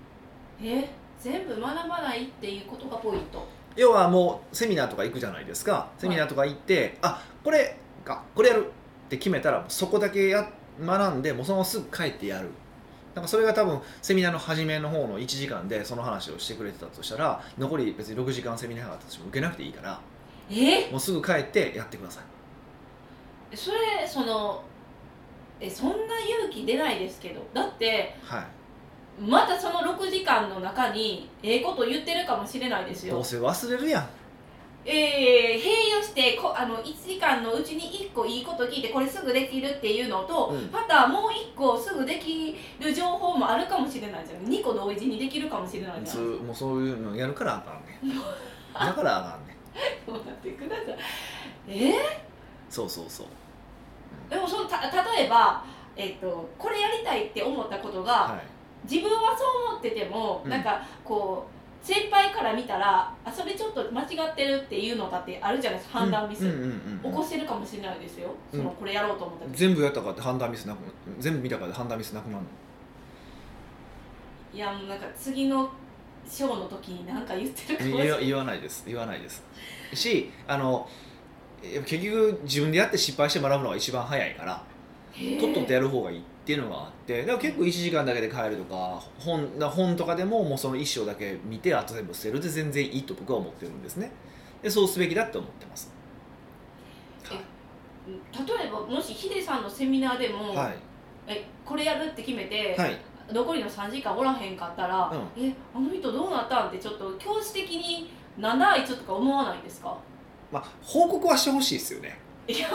[SPEAKER 2] え全部学ばないっていうことがポイント
[SPEAKER 1] 要はもうセミナーとか行くじゃないですかセミナーとか行って、あこれかこれやるって決めたらそこだけや学んでもうそのまますぐ帰ってやるなんかそれが多分セミナーの初めの方の1時間でその話をしてくれてたとしたら残り別に6時間セミナーがあったとしても受けなくていいから
[SPEAKER 2] え
[SPEAKER 1] もうすぐ帰ってやってください
[SPEAKER 2] それそのえそんな勇気出ないですけどだって
[SPEAKER 1] はい
[SPEAKER 2] またその6時間の中にええこと言ってるかもしれないです
[SPEAKER 1] ど
[SPEAKER 2] よ
[SPEAKER 1] うせ忘れるやん
[SPEAKER 2] えー、併用してこあの1時間のうちに1個いいこと聞いてこれすぐできるっていうのと、
[SPEAKER 1] うん
[SPEAKER 2] またもう1個すぐできる情報もあるかもしれないじゃん2個同時にできるかもしれないじゃん
[SPEAKER 1] そうもうそういうのやるからあかんねんだからあかんねん
[SPEAKER 2] 待ってくださいえ
[SPEAKER 1] そうそうそう
[SPEAKER 2] ー、でもそのた例えば、えっとこれやりたいって思ったことが、
[SPEAKER 1] はい
[SPEAKER 2] 自分はそう思ってても、
[SPEAKER 1] うん
[SPEAKER 2] なんかこう先輩から見たらあそれちょっと間違ってるっていうのだってあるじゃないですか判断ミス、
[SPEAKER 1] うんうんうんうん
[SPEAKER 2] 起こしてるかもしれないですよその
[SPEAKER 1] うん
[SPEAKER 2] これやろうと思った時、
[SPEAKER 1] 全部やったからって判断ミスなく全部見たからって判断ミスなくなるの
[SPEAKER 2] いやもうなんか次のショーの時に何か言ってるかもしれ
[SPEAKER 1] 言
[SPEAKER 2] な
[SPEAKER 1] わ
[SPEAKER 2] い
[SPEAKER 1] 言わないです言わないですしあのえ結局自分でやって失敗して学ぶのが一番早いから
[SPEAKER 2] へえ
[SPEAKER 1] とっとってやる方がいいっていうのがあってだから結構1時間だけで帰るとか本な本とかでももうその1章だけ見てあと全部捨てるで全然いいと僕は思ってるんですねでそうすべきだって思ってますは
[SPEAKER 2] 例えばもしヒデさんのセミナーでも、
[SPEAKER 1] い、は
[SPEAKER 2] えこれやるって決めて、
[SPEAKER 1] いはい
[SPEAKER 2] 残りの3時間おらへんかったら、
[SPEAKER 1] う
[SPEAKER 2] えあの人どうなったんってちょっと教師的になんだあいつとか思わないんで
[SPEAKER 1] *laughs*
[SPEAKER 2] すか
[SPEAKER 1] まあ、報告はしてほしいですよね
[SPEAKER 2] いや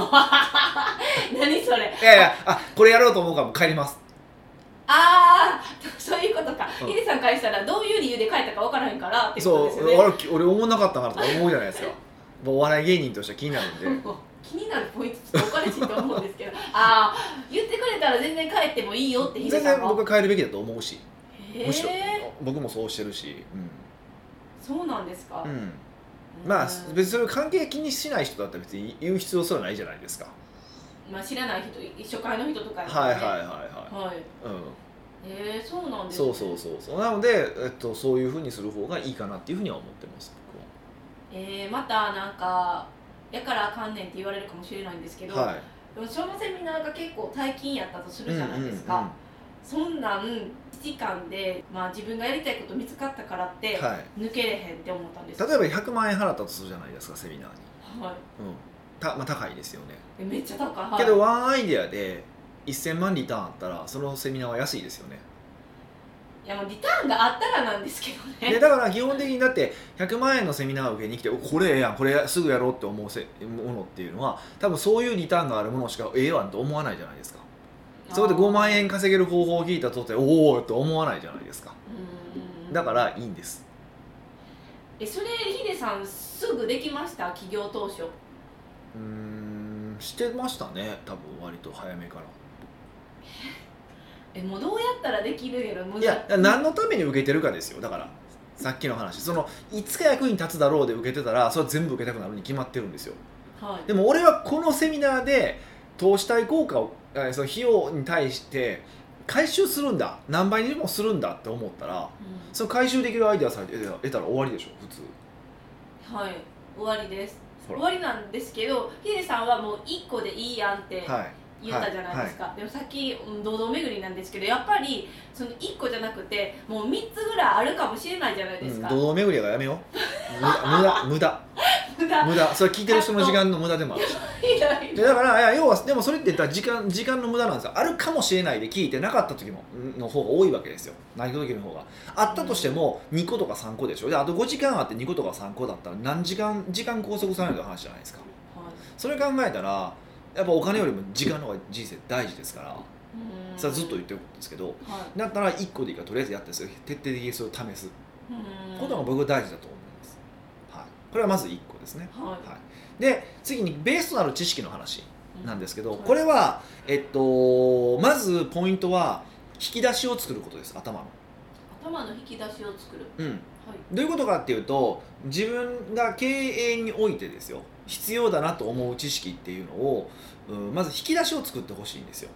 [SPEAKER 2] 何それ
[SPEAKER 1] いやいやあこれやろうと思うからもう帰ります
[SPEAKER 2] ああそういうことか、
[SPEAKER 1] うん
[SPEAKER 2] ヒデさん返したらどういう理由で帰ったか分からへんからってこと
[SPEAKER 1] そ
[SPEAKER 2] ですよ
[SPEAKER 1] う
[SPEAKER 2] ね
[SPEAKER 1] 俺俺思わなかったなとか思うじゃないですかもうお笑い芸人としては気になるんで
[SPEAKER 2] もう気になるポイントちょっとおかしいと思うんですけどああ言ってくれたら全然帰ってもいいよってヒデ
[SPEAKER 1] 全
[SPEAKER 2] さ
[SPEAKER 1] 然
[SPEAKER 2] んが
[SPEAKER 1] 僕は変えるべきだと思うし、
[SPEAKER 2] へ
[SPEAKER 1] むしろ
[SPEAKER 2] え
[SPEAKER 1] 僕もそうしてるし、
[SPEAKER 2] そうなんですか、
[SPEAKER 1] うんうん、
[SPEAKER 2] うん
[SPEAKER 1] まあ別にそれ関係気にしない人だったら別に言う必要すらないじゃないですか、
[SPEAKER 2] まあ、知らない人一緒会の人とかやった
[SPEAKER 1] はい
[SPEAKER 2] ら
[SPEAKER 1] はいは
[SPEAKER 2] ね
[SPEAKER 1] いは
[SPEAKER 2] はい
[SPEAKER 1] い、うん、
[SPEAKER 2] えー、そうなんです、
[SPEAKER 1] そ
[SPEAKER 2] ね、
[SPEAKER 1] うそうそうそうなので、えっと、そういうふうにする方がいいかなっていうふうには思ってます
[SPEAKER 2] えー、またなんかやからあかんねんって言われるかもしれないんですけど、
[SPEAKER 1] 僕は、はい、
[SPEAKER 2] でもそのセミナーが結構大金やったとするじゃないですか、
[SPEAKER 1] うんうんうん
[SPEAKER 2] そんなん1時間で、まあ、自分がやりたいこと見つかったからって、
[SPEAKER 1] はい、
[SPEAKER 2] 抜けれへんって思ったんです
[SPEAKER 1] 例えば100万円払ったとするじゃないですかセミナーに、
[SPEAKER 2] はい
[SPEAKER 1] うんたまあ、高いですよね、
[SPEAKER 2] えめっちゃ高い、はい、
[SPEAKER 1] けどワンアイデアで1000万リターンあったらそのセミナーは安いですよね
[SPEAKER 2] いやもうリターンがあったらなんですけど
[SPEAKER 1] で
[SPEAKER 2] ね
[SPEAKER 1] だから基本的にだって100万円のセミナーを受けに来ておこれええやんこれすぐやろうって思うせものっていうのは多分そういうリターンがあるものしかええわんと思わないじゃないですかそこで5万円稼げる方法を聞いたとっておおと思わないじゃないですか
[SPEAKER 2] うん
[SPEAKER 1] だからいいんです
[SPEAKER 2] えそれヒデさんすぐできました起業当初
[SPEAKER 1] うーんしてましたね多分割と早めから
[SPEAKER 2] えもうどうやったらできるやろもう
[SPEAKER 1] いや何のために受けてるかですよだからさっきの話そのいつか役に立つだろうで受けてたらそれは全部受けたくなるに決まってるんですよ
[SPEAKER 2] はい
[SPEAKER 1] でも俺はこのセミナーで投資対効果をえーその費用に対して回収するんだ何倍にもするんだって思ったら
[SPEAKER 2] うん
[SPEAKER 1] その回収できるアイデアさえ得たら得たら終わりでしょ普通
[SPEAKER 2] はい終わりです
[SPEAKER 1] ほ
[SPEAKER 2] 終
[SPEAKER 1] ら
[SPEAKER 2] わりなんですけどヒデさんはもう1個でいいやんって
[SPEAKER 1] はい
[SPEAKER 2] 言ったじゃないですか、でもさっきうん堂々巡りなんですけどやっぱりその1個じゃなくてもう3つぐらいあるかもしれないじゃないです
[SPEAKER 1] うん
[SPEAKER 2] か、
[SPEAKER 1] 堂々巡りはやめよう無駄無駄
[SPEAKER 2] 無
[SPEAKER 1] 無駄
[SPEAKER 2] 駄
[SPEAKER 1] 無駄それ聞いてる人の時間の無駄でもあるし
[SPEAKER 2] いやい
[SPEAKER 1] で
[SPEAKER 2] や
[SPEAKER 1] だからいや要はでもそれって言ったら時間時間の無駄なんですよあるかもしれないで聞いてなかった時もの方が多いわけですよない時の方があったとしても2個とか3個でしょであと5時間あって2個とか3個だったら何時間時間拘束されるの話じゃないですか
[SPEAKER 2] はい
[SPEAKER 1] それ考えたらやっぱお金よりも時間の方が人生大事ですから
[SPEAKER 2] うん
[SPEAKER 1] それはずっと言ってることですけど
[SPEAKER 2] はい
[SPEAKER 1] だったら1個でいいからとりあえずやってそれ徹底的にそれを試す
[SPEAKER 2] うん
[SPEAKER 1] ことが僕は大事だと思います、はい、これはまず1個ですね、
[SPEAKER 2] は
[SPEAKER 1] はい、で次にベースとなる知識の話
[SPEAKER 2] い
[SPEAKER 1] なんですけど、
[SPEAKER 2] はい
[SPEAKER 1] これは、えっと、まずポイントは引き出しを作ることです頭の、
[SPEAKER 2] 頭の引き出しを作る
[SPEAKER 1] うん、
[SPEAKER 2] はい
[SPEAKER 1] どういうことかっていうと自分が経営においてですよ必要だなと思う知識っていうのを、うんまず引き出しを作ってほしいんですよ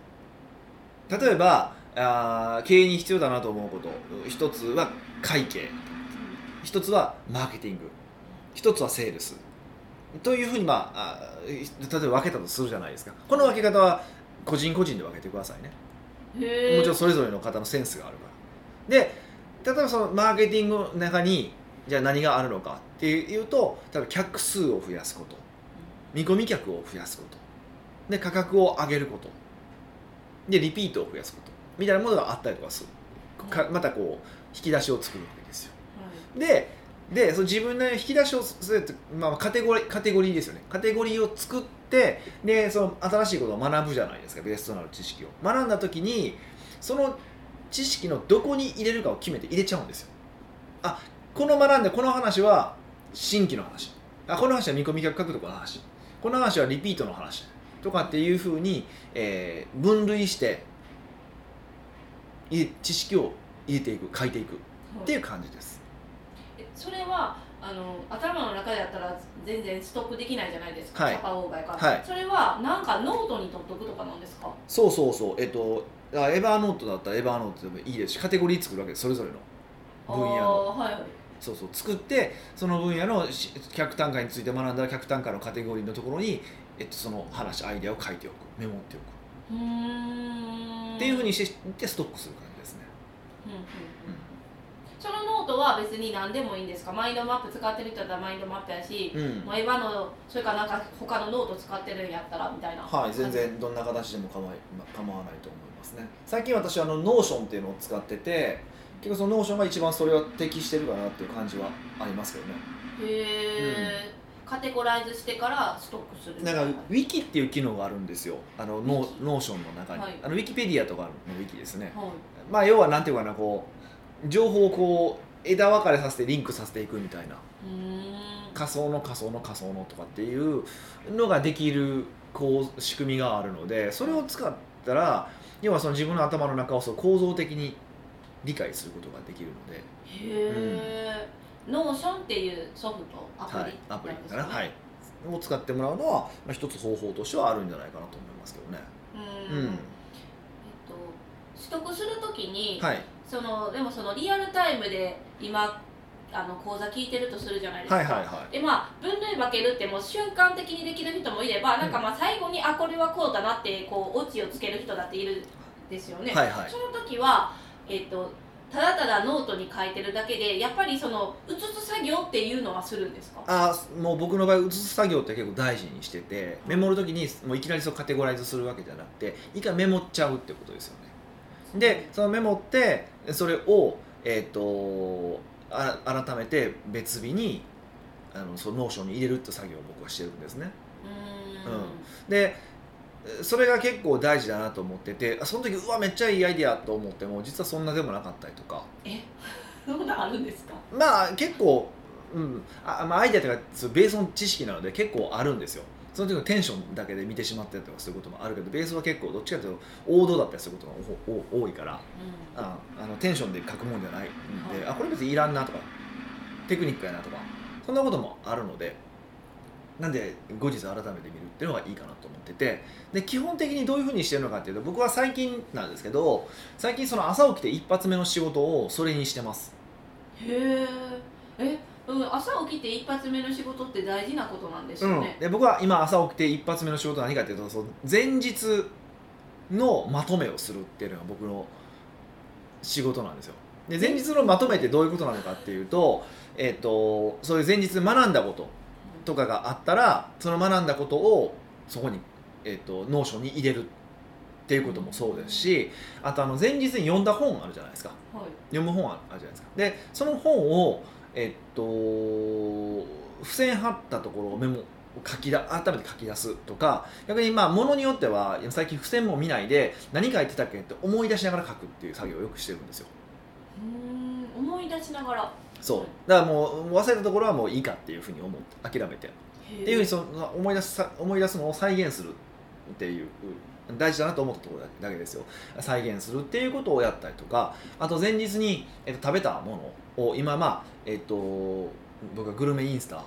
[SPEAKER 1] 例えばあー経営に必要だなと思うことうん一つは会計一つはマーケティング一つはセールスというふうに、まあ、あー例えば分けたとするじゃないですかこの分け方は個人個人で分けてくださいね
[SPEAKER 2] へえ
[SPEAKER 1] もちろんそれぞれの方のセンスがあるからで例えばそのマーケティングの中にじゃあ何があるのかっていうと例えば客数を増やすこと見込み客を増やすことで価格を上げることでリピートを増やすことみたいなものがあったりとかするかまたこう引き出しを作るわけですよででその自分の引き出しをそうやってまあ、カテゴリーカテゴリーですよねカテゴリーを作ってでその新しいことを学ぶじゃないですかベースとなる知識を学んだ時にその知識のどこに入れるかを決めて入れちゃうんですよあこの学んでこの話は新規の話あこの話は見込み客獲得の話この話はリピートの話とかっていうふうに、えー分類してい知識を入れていく変えていくっ
[SPEAKER 2] はい
[SPEAKER 1] ていう感じです
[SPEAKER 2] えそれはあの頭の中でやったら全然ストックできないじゃないですか、
[SPEAKER 1] はい
[SPEAKER 2] キャパオーバーが、
[SPEAKER 1] はい
[SPEAKER 2] それはなんかノートに取っとくとかなんですか
[SPEAKER 1] そうそうそうえっとだからエバーノートだったらエバーノートでもいいですしカテゴリー作るわけですそれぞれの分野の
[SPEAKER 2] あーはいはい
[SPEAKER 1] そうそう作ってその分野のし客単価について学んだら客単価のカテゴリーのところに、えっと、その話アイデアを書いておくメモっておく
[SPEAKER 2] うーん
[SPEAKER 1] っていうふうにしてでストックする感じですね、
[SPEAKER 2] うんうんうんそのノートは別に何でもいいんですかマインドマップ使ってる人だったらマインドマップやし、
[SPEAKER 1] うん
[SPEAKER 2] もう今のそれかなんか他のノート使ってるんやったらみたいな
[SPEAKER 1] はい全然どんな形でも構いま構わないと思いますね最近私あのノーションっていうのを使ってて結構そのノーションが一番それは適してるかなっていう感じはありますけどね
[SPEAKER 2] へえ、カテゴライズしてからストックする
[SPEAKER 1] なんかウィキっていう機能があるんですよあのノーノーションの中に、
[SPEAKER 2] はい
[SPEAKER 1] あのウィキペディアとかのウィキですね
[SPEAKER 2] はい
[SPEAKER 1] まあ要はなんていうかなこう情報をこう枝分かれさせてリンクさせていくみたいな
[SPEAKER 2] うーん
[SPEAKER 1] 仮想の仮想の仮想のとかっていうのができるこう仕組みがあるのでそれを使ったら要はその自分の頭の中をそう構造的に理解することができるので、
[SPEAKER 2] へえ、ノーションっていうソフトアプリ、
[SPEAKER 1] はい、アプリかな、
[SPEAKER 2] んです
[SPEAKER 1] はい、を使ってもらうのは、まあ、一つ方法としてはあるんじゃないかなと思いますけどね。
[SPEAKER 2] う、
[SPEAKER 1] うん
[SPEAKER 2] えっ
[SPEAKER 1] ん
[SPEAKER 2] と取得するときに、
[SPEAKER 1] はい
[SPEAKER 2] そのでもそのリアルタイムで今あの講座聞いてるとするじゃないですか、
[SPEAKER 1] はいはいは
[SPEAKER 2] でまあ、分類分けるってもう習慣的にできる人もいれば、なんかまあ最後にあこれはこうだなってこうオチをつける人だっているんですよ
[SPEAKER 1] い
[SPEAKER 2] ね、
[SPEAKER 1] はいはい
[SPEAKER 2] その時は、えっとただただノートに書いてるだけでやっぱりその写す作業っていうのはするんですか
[SPEAKER 1] あもう僕の場合写す作業って結構大事にしててメモる時にもういきなりそうカテゴライズするわけじゃなくて一回メモっちゃうってことですよねでそのメモってそれをえっ、とあ改めて別日にあのそのノーションに入れるって作業を僕はしてるんですね
[SPEAKER 2] うー
[SPEAKER 1] うんでそれが結構大事だなと思っててあその時うわめっちゃいいアイデアと思っても実はそんなでもなかったりとか
[SPEAKER 2] えそんなのあるんですか
[SPEAKER 1] まあ結構、うんあまあ、アイデアとかそうベースの知識なので結構あるんですよその時のテンションだけで見てしまったりとかすることもあるけどベースは結構どっちかというと王道だったりすることがおお多いから
[SPEAKER 2] うん
[SPEAKER 1] ああのテンションで書くもんじゃないんであこれ別にいらんなとかテクニックやなとかそんなこともあるのでなんで後日改めて見るっていうのがいいかなと思っててで基本的にどういうふうにしてるのかっていうと僕は最近なんですけど最近その朝起きて一発目の仕事をそれにしてます
[SPEAKER 2] へええ、うん、朝起きて一発目の仕事って大事なことなんです
[SPEAKER 1] う
[SPEAKER 2] よ
[SPEAKER 1] ん
[SPEAKER 2] ね、、
[SPEAKER 1] で僕は今朝起きて一発目の仕事は何かっていうとその前日のまとめをするっていうのが僕の仕事なんですよで前日のまとめってどういうことなのかっていうと,、えっとそういう前日学んだこととかがあったらその学んだことをそこに、えっとノーションに入れるっていうこともそうですしあとあの前日に読んだ本あるじゃないですか
[SPEAKER 2] はい
[SPEAKER 1] 読む本あるじゃないですかでその本をえっと付箋貼ったところをメモを書きだ改めて書き出すとか逆にまあものによっては最近付箋も見ないで何書いてたっけって思い出しながら書くっていう作業をよくしてるんですよ
[SPEAKER 2] うーん思い出しながら
[SPEAKER 1] そうだからもう忘れたところはもういいかっていうふうに思って諦めてっていうふうに
[SPEAKER 2] に
[SPEAKER 1] その思い出すさ思い出すのを再現するっていう大事だなと思ったところだけですよ再現するっていうことをやったりとかあと前日に、えっと、食べたものを今まあえっと僕はグルメインスタを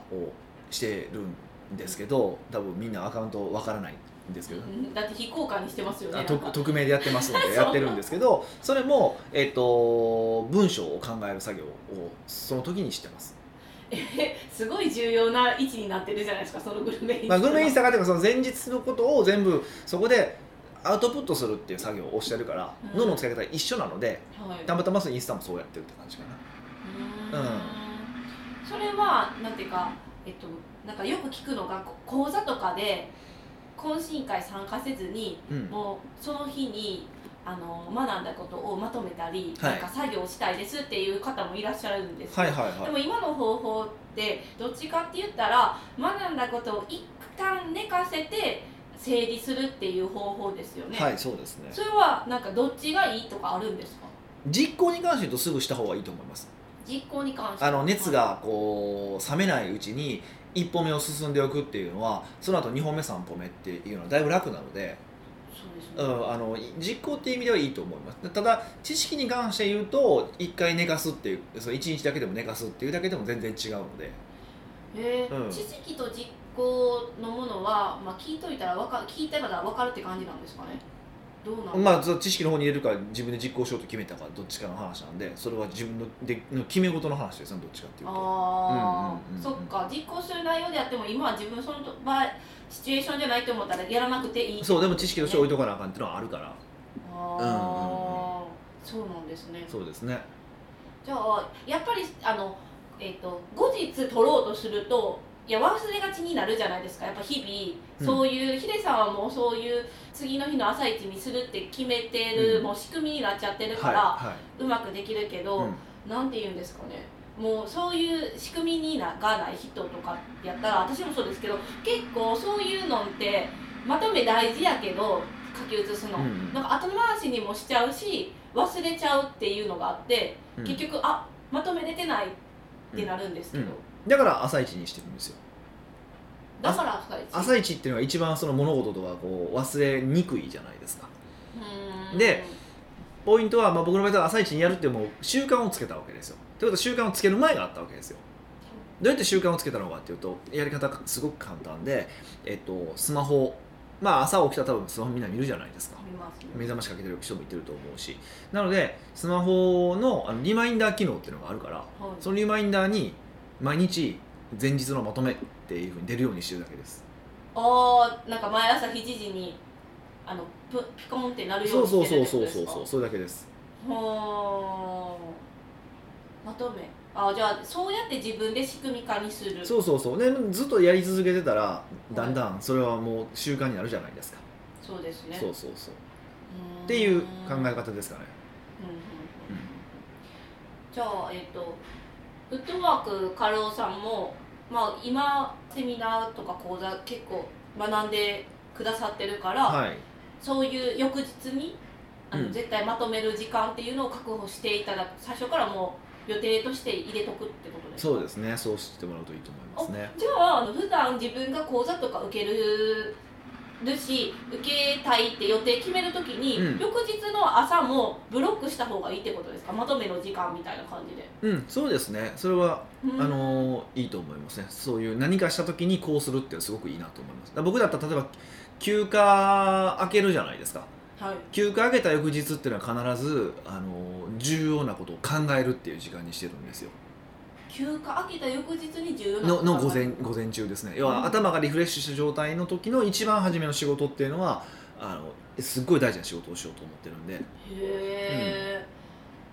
[SPEAKER 1] してるんですけど多分みんなアカウントわからないんですけど、
[SPEAKER 2] だって非公開にしてますよ
[SPEAKER 1] あ
[SPEAKER 2] ねなん
[SPEAKER 1] 匿
[SPEAKER 2] か
[SPEAKER 1] 匿名でやってますのでやってるんですけどそれも、えっと、文章を考える作業をその時にしてます
[SPEAKER 2] えすごい重要な位置になってるじゃないですかそのグルメインス
[SPEAKER 1] ま
[SPEAKER 2] タ
[SPEAKER 1] あ、グルメインス
[SPEAKER 2] タ
[SPEAKER 1] タがというかその前日のことを全部そこでアウトプットするっていう作業をしてるから、
[SPEAKER 2] うん
[SPEAKER 1] 脳の使い方が一緒なので
[SPEAKER 2] はい、う
[SPEAKER 1] たまたまそのインスタもそうやってるって感じかな
[SPEAKER 2] ーんそれはなんていうかえっとなんかよく聞くのがこ講座とかで懇親会参加せずに
[SPEAKER 1] うん
[SPEAKER 2] もうその日にあの学んだことをまとめたり、
[SPEAKER 1] はい
[SPEAKER 2] なんか作業したいですっていう方もいらっしゃるんですけど
[SPEAKER 1] はいはい
[SPEAKER 2] で
[SPEAKER 1] はい
[SPEAKER 2] も今の方法ってどっちかって言ったら学んだことを一旦寝かせて整理するっていう方法ですよね、
[SPEAKER 1] はいそうですね
[SPEAKER 2] それはなんかどっちがいいとかあるんですか
[SPEAKER 1] 実行に関して言うとすぐした方がいいと思います
[SPEAKER 2] 実行に関して
[SPEAKER 1] あの熱がこう冷めないうちに一歩目を進んでおくっていうのはその後二本目三歩目っていうのはだいぶ楽なので
[SPEAKER 2] ですね、
[SPEAKER 1] うん、あのい実行っていう意味ではいいと思いますただ知識に関して言うと1回寝かすっていうその1日だけでも寝かすっていうだけでも全然違うので
[SPEAKER 2] えー
[SPEAKER 1] うん
[SPEAKER 2] 知識と実行のものは、まあ、聞いといたらわか聞いたらわかるって感じなんですかねどうなん
[SPEAKER 1] まあその知識の方に入れるか自分で実行しようと決めたかどっちかの話なんでそれは自分のでの決め事の話ですねどっちかっていうと
[SPEAKER 2] あ
[SPEAKER 1] うんうんうんうん
[SPEAKER 2] ーそっか実行する内容であっても今は自分その場合シチュエーションじゃないと思ったらやらなくていい
[SPEAKER 1] そうでも知識として置いとかなあかんっていうのはあるから
[SPEAKER 2] あ
[SPEAKER 1] うん
[SPEAKER 2] あ、そうなんですね
[SPEAKER 1] そうですね
[SPEAKER 2] じゃあやっぱりあの、えっと後日取ろうとするといや忘れがちになるじゃないですかやっぱ日
[SPEAKER 1] うん
[SPEAKER 2] 々そういう、ヒデさんはもうそういう次の日の朝一にするって決めてる、
[SPEAKER 1] うん
[SPEAKER 2] もう仕組みになっちゃってるか
[SPEAKER 1] はい
[SPEAKER 2] ら、
[SPEAKER 1] は
[SPEAKER 2] うまくできるけ
[SPEAKER 1] い、
[SPEAKER 2] ど、なんて言うんですかねもうそういう仕組みにながない人とかやったら私もそうですけど結構そういうのってまとめ大事やけど書き写すの、
[SPEAKER 1] うんうん
[SPEAKER 2] なんか後回しにもしちゃうし忘れちゃうっていうのがあって、
[SPEAKER 1] うん
[SPEAKER 2] 結局あまとめ出てないってなるんですけど、
[SPEAKER 1] うんだから朝一にしてるんですよ
[SPEAKER 2] だから朝一
[SPEAKER 1] 朝一っていうのが一番その物事とかこう忘れにくいじゃないですか
[SPEAKER 2] うーん
[SPEAKER 1] でポイントは、まあ、僕の場合は朝一にやるってもう習慣をつけたわけですよ。ということは習慣をつける前があったわけですよ。どうやって習慣をつけたのかっていうとやり方がすごく簡単で、えっと、スマホまあ朝起きたら多分スマホみんな見るじゃないですか
[SPEAKER 2] 見ますね
[SPEAKER 1] 目覚ましかけてる人もいてると思うしなのでスマホのあのリマインダー機能っていうのがあるから
[SPEAKER 2] はい
[SPEAKER 1] そのリマインダーに毎日前日のまとめっていうふうに出るようにしてるだけです
[SPEAKER 2] あーなんか毎朝7時にあのプピコンってなるよ
[SPEAKER 1] そうう
[SPEAKER 2] に
[SPEAKER 1] そう
[SPEAKER 2] して
[SPEAKER 1] そ
[SPEAKER 2] るっ
[SPEAKER 1] う
[SPEAKER 2] て
[SPEAKER 1] そ
[SPEAKER 2] こ
[SPEAKER 1] う
[SPEAKER 2] とです
[SPEAKER 1] そ
[SPEAKER 2] か
[SPEAKER 1] うそうそれだけです
[SPEAKER 2] はあまとめあじゃあそうやって自分で仕組み化にする
[SPEAKER 1] そうそうそうねずっとやり続けてたらだんだんそれはもう習慣になるじゃないですか
[SPEAKER 2] そうですね
[SPEAKER 1] そううそうそう
[SPEAKER 2] ーん
[SPEAKER 1] っていう考
[SPEAKER 2] うんうんう
[SPEAKER 1] え
[SPEAKER 2] ん
[SPEAKER 1] 方ですかね
[SPEAKER 2] じゃあえっ、とフットワークカルオさんも、まあ、今セミナーとか講座結構学んでくださってるから、
[SPEAKER 1] はい
[SPEAKER 2] そういう翌日にあの、
[SPEAKER 1] うん
[SPEAKER 2] 絶対まとめる時間っていうのを確保していただく最初からもう予定として入れとくってことですか
[SPEAKER 1] そうですねそうしてもらうといいと思いますね
[SPEAKER 2] じゃああの普段自分が講座とか受けるし受けたいって予定決めるときに、
[SPEAKER 1] うん
[SPEAKER 2] 翌日の朝もブロックした方がいいってことですかまとめの時間みたいな感じで、
[SPEAKER 1] うんそうですねそれは、
[SPEAKER 2] うん
[SPEAKER 1] あのーいいと思いますねそういう何かした時にこうするってすごくいいなと思いますだから僕だったら例えば休暇明けるじゃないですか
[SPEAKER 2] はい
[SPEAKER 1] 休暇明けた翌日っていうのは必ず、あのー重要なことを考えるっていう時間にしてるんですよ
[SPEAKER 2] 休暇明けた翌日に重要な
[SPEAKER 1] のの
[SPEAKER 2] こ
[SPEAKER 1] 午
[SPEAKER 2] とがあ
[SPEAKER 1] 前
[SPEAKER 2] る
[SPEAKER 1] 午前中ですね要は、
[SPEAKER 2] うん
[SPEAKER 1] 頭がリフレッシュした状態の時の一番初めの仕事っていうのはあのすっごい大事な仕事をしようと思ってるんで
[SPEAKER 2] へえ、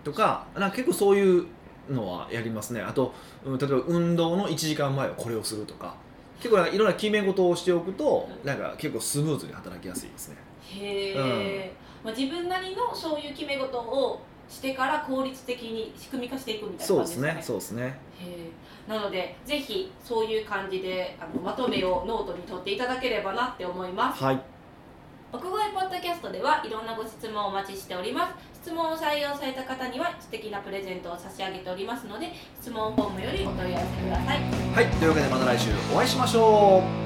[SPEAKER 1] とかなんか結構そういうのはやりますねあと、うん例えば運動の1時間前はこれをするとか結構なんかいろんな決め事をしておくとなんか結構スムーズに働きやすいですね
[SPEAKER 2] へえ、まあ、自分なりのそういう決め事をしてから効率的に仕組み化していくみたいな
[SPEAKER 1] そう
[SPEAKER 2] 感
[SPEAKER 1] で
[SPEAKER 2] じですすか
[SPEAKER 1] ね
[SPEAKER 2] ね
[SPEAKER 1] そうですね
[SPEAKER 2] へーなのでぜひそういう感じであのまとめをノートに取っていただければなって思います
[SPEAKER 1] はい
[SPEAKER 2] 奥越ポッドキャストではいろんなご質問をお待ちしております質問を採用された方には素敵なプレゼントを差し上げておりますので質問フォームよりお問い合わせください
[SPEAKER 1] はいというわけでまた来週お会いしましょう